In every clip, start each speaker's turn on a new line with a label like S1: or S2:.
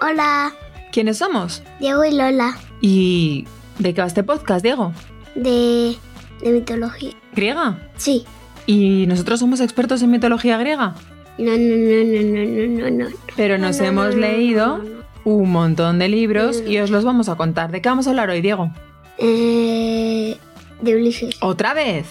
S1: Hola,
S2: ¿Quiénes somos?
S1: Diego y Lola,
S2: ¿Y de qué va este podcast, Diego?
S1: de, de mitología.
S2: ¿Griega?
S1: Sí.
S2: ¿Y nosotros somos expertos en mitología griega?
S1: No, no, no, no, no, no, no, no.
S2: Pero nos
S1: No, no,
S2: hemos
S1: no, no,
S2: leído
S1: no, no.
S2: un montón de libros y os los vamos a contar. ¿De qué vamos a hablar hoy, Diego?
S1: Eh, de Ulises.
S2: ¡Otra vez!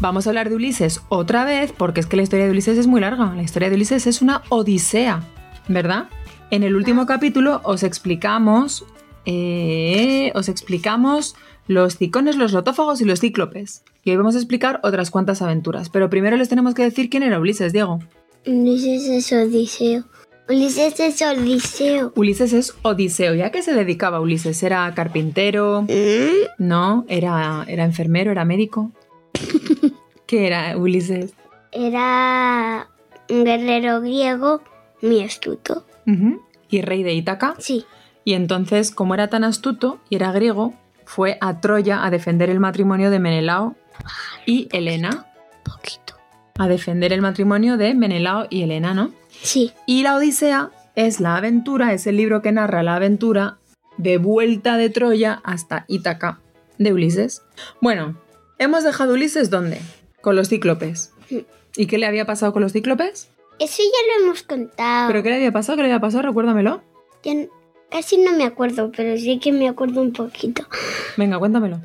S2: Vamos a hablar de Ulises otra vez porque es que la historia de Ulises es muy larga. La historia de Ulises es una odisea, ¿verdad? En el último capítulo os explicamos... eh, os explicamos los cicones, los lotófagos y los cíclopes. Y hoy vamos a explicar otras cuantas aventuras. Pero primero les tenemos que decir quién era Ulises, Diego.
S1: Ulises es Odiseo. Ulises es Odiseo.
S2: Ulises es Odiseo. ¿Y a qué se dedicaba Ulises? ¿Era carpintero?
S1: Eh.
S2: ¿No? ¿Era, era enfermero? ¿Era médico? ¿Qué era Ulises?
S1: Era un guerrero griego muy astuto.
S2: Ujú. Y rey de Ítaca.
S1: Sí.
S2: Y entonces, como era tan astuto y era griego, fue a Troya a defender el matrimonio de Menelao y Helena.
S1: Poquito.
S2: A defender el matrimonio de Menelao y Helena, ¿no?
S1: Sí.
S2: Y la Odisea es la aventura, es el libro que narra la aventura de vuelta de Troya hasta Ítaca de Ulises. Bueno, hemos dejado Ulises ¿dónde? Con los cíclopes.
S1: Sí.
S2: ¿Y qué le había pasado con los cíclopes?
S1: Eso ya lo hemos contado.
S2: ¿Pero qué le había pasado? ¿Qué le había pasado? Recuérdamelo.
S1: Ya n- casi no me acuerdo, pero sí que me acuerdo un poquito.
S2: Venga, cuéntamelo.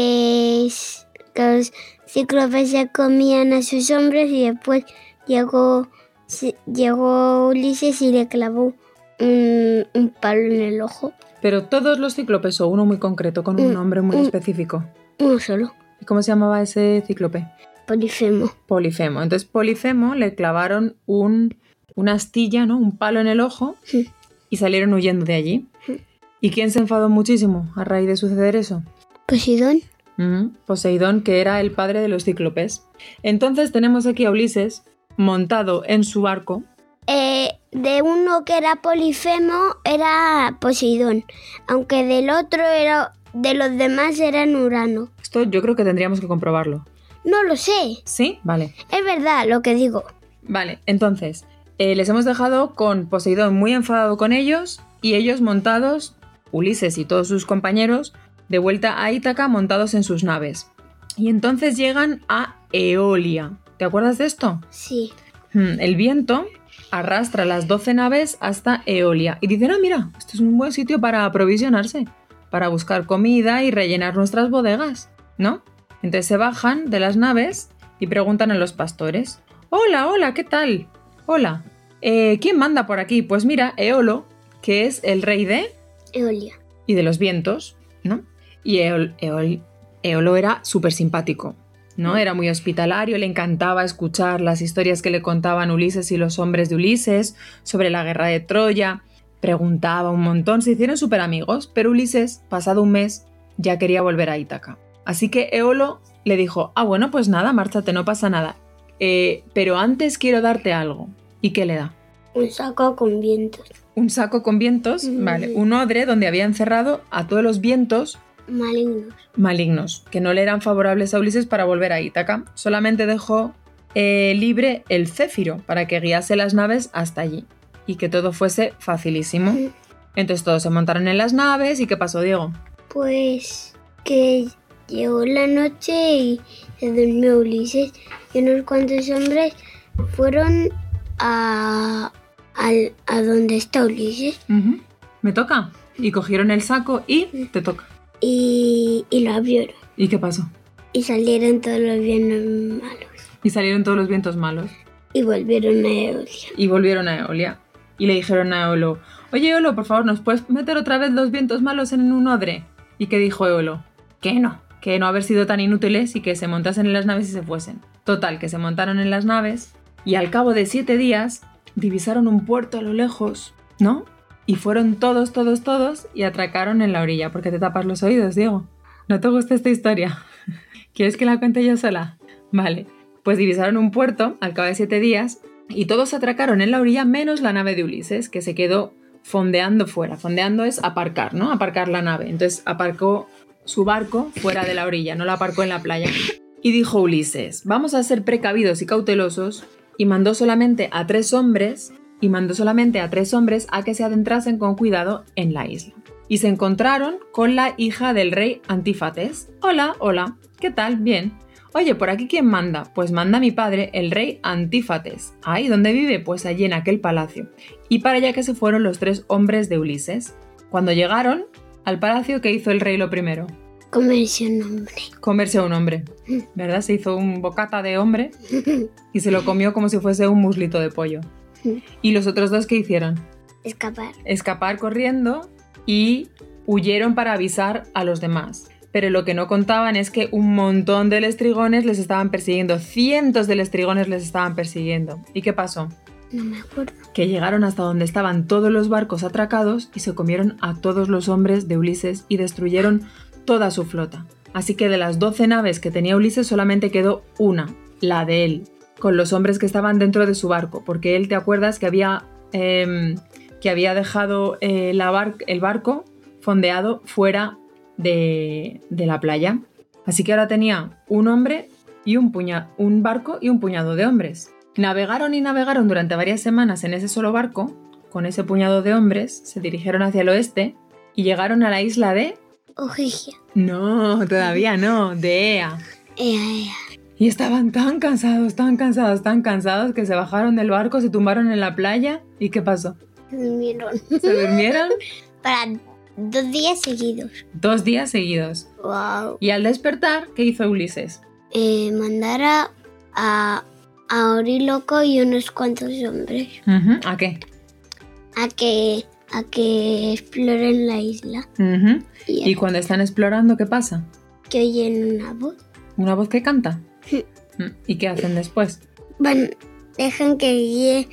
S1: Pues que los cíclopes se comían a sus hombres y después llegó, se- llegó Ulises y le clavó un, un palo en el ojo.
S2: Pero todos los cíclopes o uno muy concreto con un
S1: Mm,
S2: nombre muy
S1: mm.
S2: específico.
S1: Uno solo,
S2: ¿Y cómo se llamaba ese cíclope?
S1: Polifemo.
S2: Polifemo. Entonces, Polifemo le clavaron un, una astilla, ¿no? Un palo en el ojo
S1: Sí.
S2: y salieron huyendo de allí.
S1: Sí.
S2: ¿Y quién se enfadó muchísimo a raíz de suceder eso?
S1: Poseidón.
S2: Mm, Poseidón, que era el padre de los cíclopes. Entonces tenemos aquí a Ulises montado en su barco.
S1: Eh, de uno que era Polifemo era Poseidón, aunque del otro era de los demás eran Urano.
S2: Esto yo creo que tendríamos que comprobarlo.
S1: No lo sé,
S2: ¿Sí? Vale.
S1: es verdad lo que digo.
S2: Vale, entonces, eh, les hemos dejado con Poseidón muy enfadado con ellos y ellos montados, Ulises y todos sus compañeros, de vuelta a Ítaca montados en sus naves. Y entonces llegan a Eolia. ¿Te acuerdas de esto?
S1: Sí.
S2: Hmm, El viento arrastra las 12 naves hasta Eolia y dicen, ah, mira, esto es un buen sitio para aprovisionarse, para buscar comida y rellenar nuestras bodegas, ¿no? Entonces se bajan de las naves y preguntan a los pastores, hola, hola, ¿qué tal? Hola, eh, ¿quién manda por aquí? Pues mira, Eolo, que es el rey de...
S1: Eolia.
S2: y de los vientos, ¿no? Y Eol- Eol- Eolo era súper simpático, ¿no? Era muy hospitalario, le encantaba escuchar las historias que le contaban Ulises y los hombres de Ulises sobre la guerra de Troya. Preguntaba un montón, se hicieron súper amigos, pero Ulises, pasado un mes, ya quería volver a Ítaca. Así que Eolo le dijo, ah, bueno, pues nada, márchate, no pasa nada. Eh, pero antes quiero darte algo. ¿Y qué le da?
S1: Un saco con vientos.
S2: un saco con vientos,
S1: Mm.
S2: vale, un odre donde había encerrado a todos los vientos
S1: Malignos.
S2: malignos que no le eran favorables a Ulises para volver a Ítaca. Solamente dejó eh, libre el céfiro para que guiase las naves hasta allí y que todo fuese facilísimo.
S1: Mm.
S2: Entonces todos se montaron en las naves y ¿qué pasó, Diego?
S1: Pues que llegó la noche y se durmió Ulises y unos cuantos hombres fueron a, al- a donde está Ulises
S2: Me toca. Y cogieron el saco y te toca.
S1: y, y lo abrieron
S2: ¿Y qué pasó?
S1: y salieron todos los bienes malos
S2: Y salieron todos los vientos malos.
S1: y volvieron a Eolia.
S2: y volvieron a Eolia. Y le dijeron a Eolo, oye Eolo, por favor, ¿nos puedes meter otra vez los vientos malos en un odre? Y que dijo Eolo, que no, que no haber sido tan inútiles y que se montasen en las naves y se fuesen. Total, que se montaron en las naves y al cabo de siete días divisaron un puerto a lo lejos, ¿no? Y fueron todos, todos, todos y atracaron en la orilla, porque te tapas los oídos, Diego. ¿No te gusta esta historia? ¿Quieres que la cuente yo sola? Vale. Pues divisaron un puerto al cabo de siete días y todos atracaron en la orilla menos la nave de Ulises, que se quedó fondeando fuera. Fondeando es aparcar, ¿no? Aparcar la nave. Entonces aparcó su barco fuera de la orilla, no la aparcó en la playa. Y dijo Ulises, vamos a ser precavidos y cautelosos, y mandó solamente a tres hombres y mandó solamente a tres hombres a que se adentrasen con cuidado en la isla. Y se encontraron con la hija del rey Antífates. Hola, hola, ¿qué tal? Bien. Oye, ¿por aquí quién manda? Pues manda mi padre, el rey Antífates. ¿Ahí dónde vive? Pues allí en aquel palacio. Y para allá que se fueron los tres hombres de Ulises. Cuando llegaron al palacio, ¿qué hizo el rey lo primero?
S1: Comerse un hombre.
S2: Comerse a un hombre, ¿verdad? Se hizo un bocata de hombre y se lo comió como si fuese un muslito de pollo. ¿Y los otros dos qué hicieron?
S1: Escapar.
S2: Escapar corriendo y huyeron para avisar a los demás. Pero lo que no contaban es que un montón de lestrigones les estaban persiguiendo, cientos de lestrigones les estaban persiguiendo. ¿Y qué pasó?
S1: No me acuerdo.
S2: Que llegaron hasta donde estaban todos los barcos atracados y se comieron a todos los hombres de Ulises y destruyeron toda su flota. Así que de las 12 naves que tenía Ulises solamente quedó una, la de él, con los hombres que estaban dentro de su barco, porque él te acuerdas que había, eh, que había dejado eh, la bar- el barco fondeado fuera de, de la playa. Así que ahora tenía un hombre y un, puña- un barco y un puñado de hombres. Navegaron y navegaron durante varias semanas en ese solo barco, con ese puñado de hombres, se dirigieron hacia el oeste y llegaron a la isla de...
S1: Ojigia.
S2: No, todavía no, de Ea.
S1: Ea, ea.
S2: Y estaban tan cansados, tan cansados, tan cansados que se bajaron del barco, se tumbaron en la playa y ¿qué pasó?
S1: Durmieron.
S2: Se durmieron
S1: Para dos días seguidos.
S2: dos días seguidos.
S1: Wow.
S2: Y al despertar, ¿qué hizo Ulises?
S1: Eh, mandar a, a, a Oriloco y unos cuantos hombres
S2: Ujú, ¿A qué?
S1: a que, a que exploren la isla.
S2: Ujú.
S1: Y,
S2: Y cuando están explorando, ¿qué pasa?
S1: que oyen una voz.
S2: ¿Una voz que canta?
S1: Sí.
S2: Mm, ¿Y qué hacen después?
S1: Van, dejan que guíe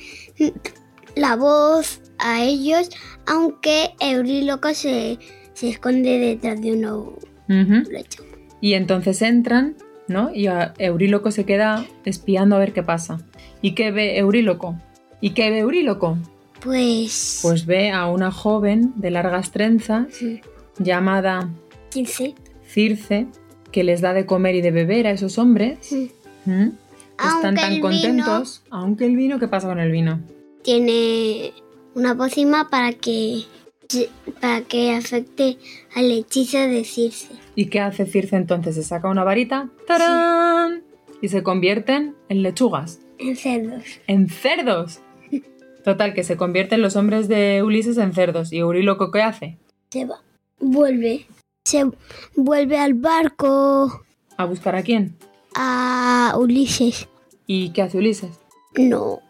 S1: la voz a ellos, aunque Euríloco se, se esconde detrás de una
S2: Ujú.
S1: brocha.
S2: Y entonces entran, ¿no? Y a- Euríloco se queda espiando a ver qué pasa. ¿Y qué ve Euríloco? ¿Y qué ve Euríloco?
S1: Pues, mm,
S2: Pues ve a una joven de largas trenzas
S1: sí,
S2: llamada
S1: 15.
S2: Circe, que les da de comer y de beber a esos hombres,
S1: sí.
S2: ¿m? que están
S1: Aunque
S2: tan
S1: el
S2: contentos. Aunque el vino, ¿qué pasa con el vino?
S1: vino tiene una pócima para que para que afecte al hechizo de Circe.
S2: ¿Y qué hace Circe entonces? Se saca una varita ¡tarán! y se convierten en lechugas,
S1: En cerdos.
S2: en cerdos. Total, que se convierten los hombres de Ulises en cerdos. ¿Y Euríloco qué hace?
S1: Se va. Vuelve. Se vuelve al barco
S2: ¿A buscar a quién?
S1: a Ulises.
S2: ¿Y qué hace Ulises?
S1: No.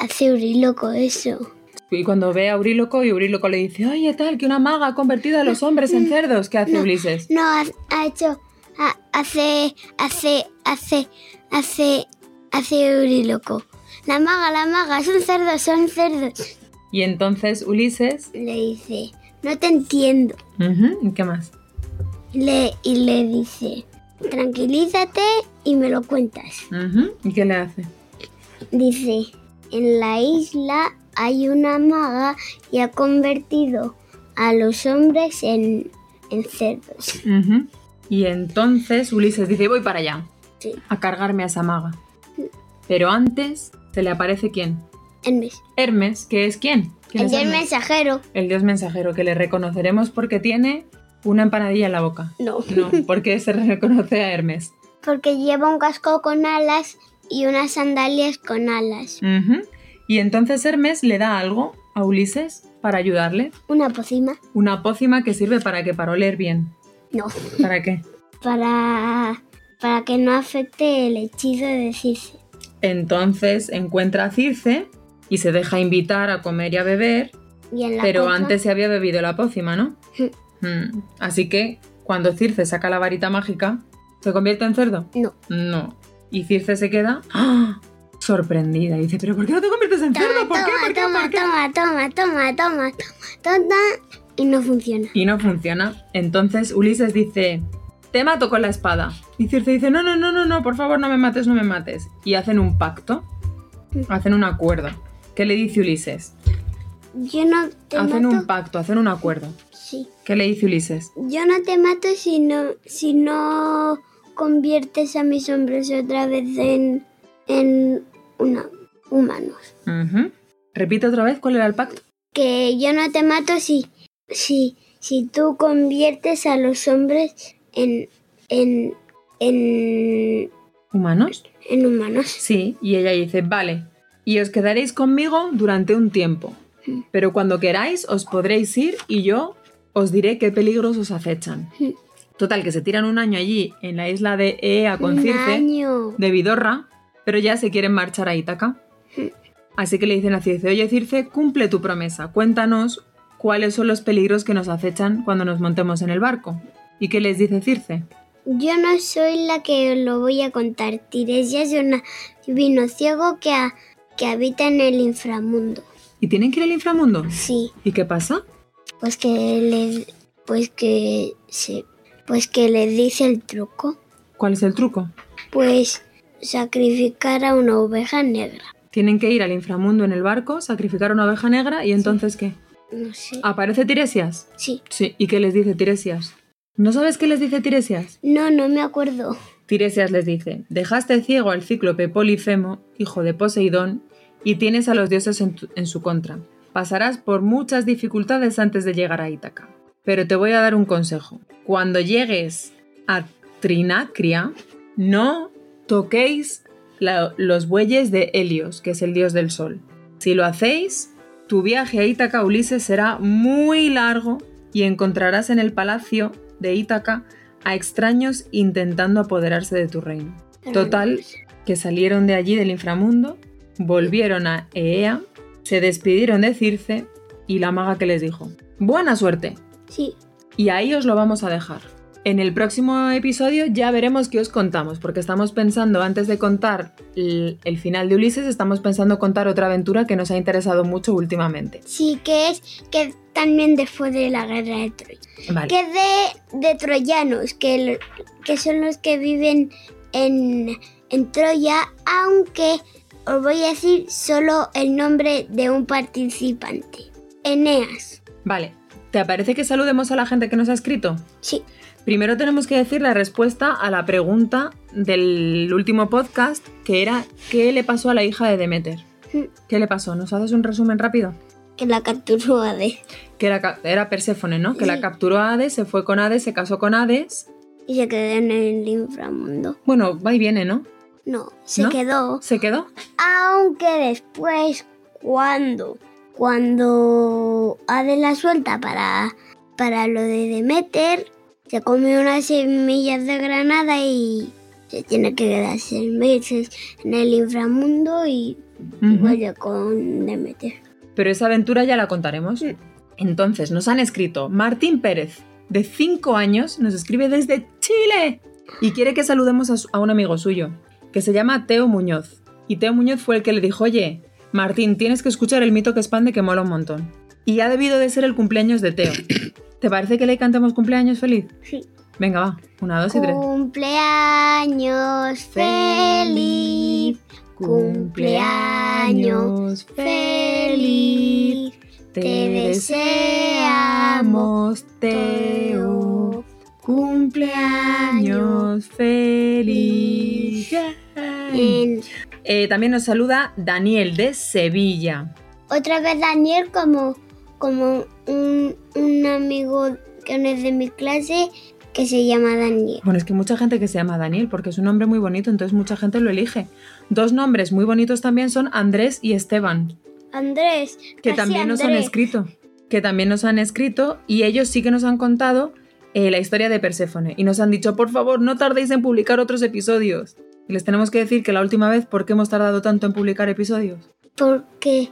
S1: Hace Euríloco eso.
S2: Y cuando ve a Euríloco y Euríloco le dice, oye, tal, que una maga ha convertido a los hombres en cerdos, ¿qué hace
S1: No.
S2: Ulises?
S1: No, ha, ha hecho. ha- hace. hace. hace. hace. hace Euríloco. La maga, la maga, son cerdos, son cerdos.
S2: Y entonces Ulises...
S1: Le dice, no te entiendo.
S2: Ujú, ¿Y qué más?
S1: Le, y le dice, tranquilízate y me lo cuentas.
S2: Ujú, ¿Y qué le hace?
S1: Dice, en la isla hay una maga y ha convertido a los hombres en, en cerdos.
S2: Ujú. Y entonces Ulises dice, voy para allá,
S1: Sí,
S2: a cargarme a esa maga. Pero antes se le aparece quién?
S1: en mes.
S2: Hermes, que es quién? ¿Quién
S1: El
S2: es
S1: del
S2: Hermes?
S1: mensajero.
S2: El dios mensajero, que le reconoceremos porque tiene una empanadilla en la boca.
S1: No.
S2: No, porque se reconoce a Hermes.
S1: Porque lleva un casco con alas y unas sandalias con alas.
S2: Ujú. Y entonces Hermes le da algo a Ulises para ayudarle.
S1: Una pócima.
S2: Una pócima que sirve para que para oler bien.
S1: No.
S2: ¿Para qué?
S1: Para, para que no afecte el hechizo de Circe.
S2: Entonces encuentra a Circe y se deja invitar a comer y a beber
S1: Y en la
S2: Pero
S1: otra-
S2: antes se había bebido la pócima, ¿no?
S1: Sí.
S2: Mm, Así que cuando Circe saca la varita mágica, ¿se convierte en cerdo?
S1: No.
S2: No. Y Circe se queda ¡ah! sorprendida y dice, ¿pero por qué no te conviertes en cerdo? ¿Por qué? ¿Por qué?
S1: toma,
S2: ¿Por qué?
S1: toma, toma, toma, toma, toma, toma, y no funciona.
S2: Y no funciona. Entonces Ulises dice, te mato con la espada. Y Circe dice, no, no, no, no, no, por favor no me mates, no me mates. Y hacen un pacto, hacen un acuerdo. ¿Qué le dice Ulises?
S1: Yo no te
S2: Hacen
S1: mato.
S2: un pacto, hacen un acuerdo.
S1: Sí.
S2: ¿Qué le dice Ulises?
S1: Yo no te mato si no, si no conviertes a mis hombres otra vez en, en una, humanos.
S2: Ujú. Repite otra vez cuál era el pacto.
S1: Que yo no te mato si, si, si tú conviertes a los hombres en, en, en,
S2: ¿Humanos?
S1: en humanos.
S2: Sí, y ella dice, vale, y os quedaréis conmigo durante un tiempo, pero cuando queráis os podréis ir y yo os diré qué peligros os acechan.
S1: Sí.
S2: Total, que se tiran un año allí en la isla de Ea con
S1: Un
S2: Circe,
S1: año.
S2: de Vidorra, pero ya se quieren marchar a Ítaca.
S1: Sí.
S2: Así que le dicen a Circe, oye Circe, cumple tu promesa, cuéntanos cuáles son los peligros que nos acechan cuando nos montemos en el barco. ¿Y qué les dice Circe?
S1: Yo no soy la que os lo voy a contar. Tiresia es un vino ciego que, ha- que habita en el inframundo.
S2: ¿Y tienen que ir al inframundo?
S1: Sí,
S2: ¿Y qué pasa?
S1: pues que le, pues que sí, pues que le dice el truco,
S2: ¿Cuál es el truco?
S1: pues sacrificar a una oveja negra.
S2: Tienen que ir al inframundo en el barco, sacrificar una oveja negra y entonces ¿qué?
S1: No sé.
S2: ¿Aparece Tiresias?
S1: Sí.
S2: Sí. ¿Y qué les dice Tiresias? ¿No sabes qué les dice Tiresias?
S1: No, no me acuerdo.
S2: Tiresias les dice, dejaste ciego al cíclope Polifemo, hijo de Poseidón, y tienes a los dioses en, tu- en su contra. Pasarás por muchas dificultades antes de llegar a Ítaca. Pero te voy a dar un consejo. Cuando llegues a Trinacria, no toquéis la- los bueyes de Helios, que es el dios del sol. Si lo hacéis, tu viaje a Ítaca, Ulises, será muy largo y encontrarás en el palacio de Ítaca a extraños intentando apoderarse de tu reino. Total, que salieron de allí del inframundo, volvieron a Eea, se despidieron de Circe y la maga que les dijo, buena suerte,
S1: Sí.
S2: y ahí os lo vamos a dejar. En el próximo episodio ya veremos qué os contamos, porque estamos pensando, antes de contar l- el final de Ulises, estamos pensando contar otra aventura que nos ha interesado mucho últimamente.
S1: Sí, que es que también después de la guerra de Troya.
S2: Vale.
S1: Que de, de troyanos, que, lo- que son los que viven en, en Troya, aunque os voy a decir solo el nombre de un participante. Eneas.
S2: Vale. ¿Te parece que saludemos a la gente que nos ha escrito?
S1: Sí,
S2: Primero tenemos que decir la respuesta a la pregunta del último podcast, que era ¿qué le pasó a la hija de Demeter?
S1: Hmm.
S2: ¿Qué le pasó? ¿Nos haces un resumen rápido?
S1: que la capturó Hades
S2: Que era, ca- era Perséfone, ¿no? Que la
S1: Sí.
S2: capturó a Hades, se fue con Hades, se casó con Hades.
S1: y se quedó en el inframundo.
S2: Bueno, va y viene, ¿no?
S1: No, se
S2: ¿No?
S1: quedó.
S2: ¿Se quedó?
S1: Aunque después, cuando, cuando Hades la suelta para, para lo de Demeter, se come unas semillas de granada y se tiene que quedar seis meses en el inframundo y
S2: Ujú.
S1: vuelve con Demeter.
S2: Pero esa aventura ya la contaremos.
S1: Sí.
S2: Entonces, nos han escrito Martín Pérez, de 5 años, nos escribe desde Chile y quiere que saludemos a, su- a un amigo suyo, que se llama Teo Muñoz. Y Teo Muñoz fue el que le dijo, oye, Martín, tienes que escuchar el mito que expande que mola un montón. Y ha debido de ser el cumpleaños de Teo. ¿Te parece que le cantemos cumpleaños feliz?
S1: Sí.
S2: Venga, va. Una, dos y tres.
S1: Cumpleaños feliz, cumpleaños feliz,
S2: Te
S1: deseamos,
S2: Teo. Cumpleaños feliz.
S1: En-
S2: Eh, también nos saluda Daniel de Sevilla.
S1: Otra vez Daniel como, como un, un amigo que no es de mi clase que se llama Daniel.
S2: Bueno, es que mucha gente que se llama Daniel porque es un nombre muy bonito, entonces mucha gente lo elige. Dos nombres muy bonitos también son Andrés y Esteban,
S1: Andrés.
S2: que
S1: casi
S2: también nos han
S1: Andrés.
S2: escrito. Que también nos han escrito y ellos sí que nos han contado eh, la historia de Perséfone y nos han dicho, por favor, no tardéis en publicar otros episodios. Y les tenemos que decir que la última vez, ¿por qué hemos tardado tanto en publicar episodios?
S1: Porque,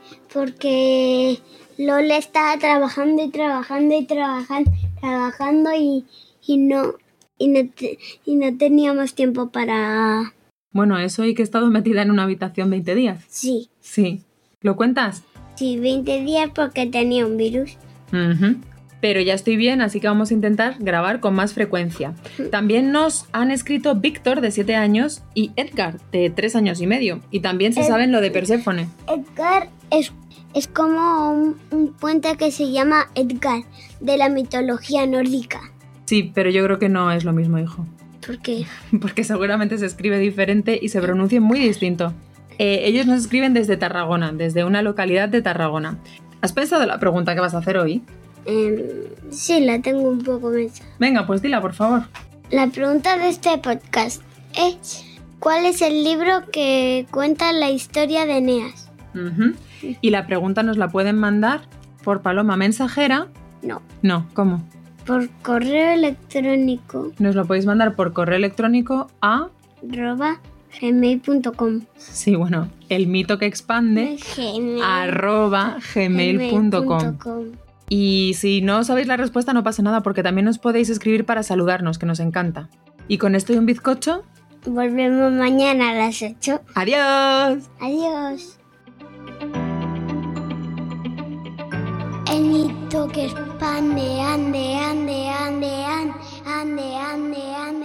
S1: porque Lola estaba trabajando y trabajando y trabajando, trabajando y, y no. Y no, te- y no teníamos tiempo para...
S2: Bueno, eso y que he estado metida en una habitación 20 días.
S1: Sí,
S2: Sí. ¿Lo cuentas?
S1: sí, 20 días porque tenía un virus.
S2: Ujú. Pero ya estoy bien, así que vamos a intentar grabar con más frecuencia. También nos han escrito Víctor, de 7 años, y Edgar, de 3 años y medio. Y también se
S1: Ed-
S2: saben lo de Perséfone.
S1: Edgar es, es como un, un puente que se llama Edgar, de la mitología nórdica.
S2: Sí, pero yo creo que no es lo mismo, hijo.
S1: Porque
S2: Porque seguramente se escribe diferente y se pronuncia muy distinto. Eh, ellos nos escriben desde Tarragona, desde una localidad de Tarragona. ¿Has pensado la pregunta que vas a hacer hoy?
S1: Em, sí, la tengo un poco mensa.
S2: Venga, pues dila, por favor.
S1: La pregunta de este podcast es, ¿cuál es el libro que cuenta la historia de Eneas?
S2: Ujú. Y la pregunta nos la pueden mandar por paloma mensajera.
S1: No,
S2: No, ¿cómo?
S1: por correo electrónico
S2: Nos lo podéis mandar por correo electrónico a.
S1: arroba gmail.com.
S2: Sí, bueno, el mito que expande.
S1: Gmail.
S2: arroba gmail.com.
S1: gmail.com.
S2: Y si no sabéis la respuesta, no pasa nada, porque también nos podéis escribir para saludarnos, que nos encanta. Y con esto y un bizcocho,
S1: Volvemos mañana a las 8.
S2: ¡adiós!
S1: Adiós. El mito que expande, ande, ande, ande, ande, ande, ande, ande.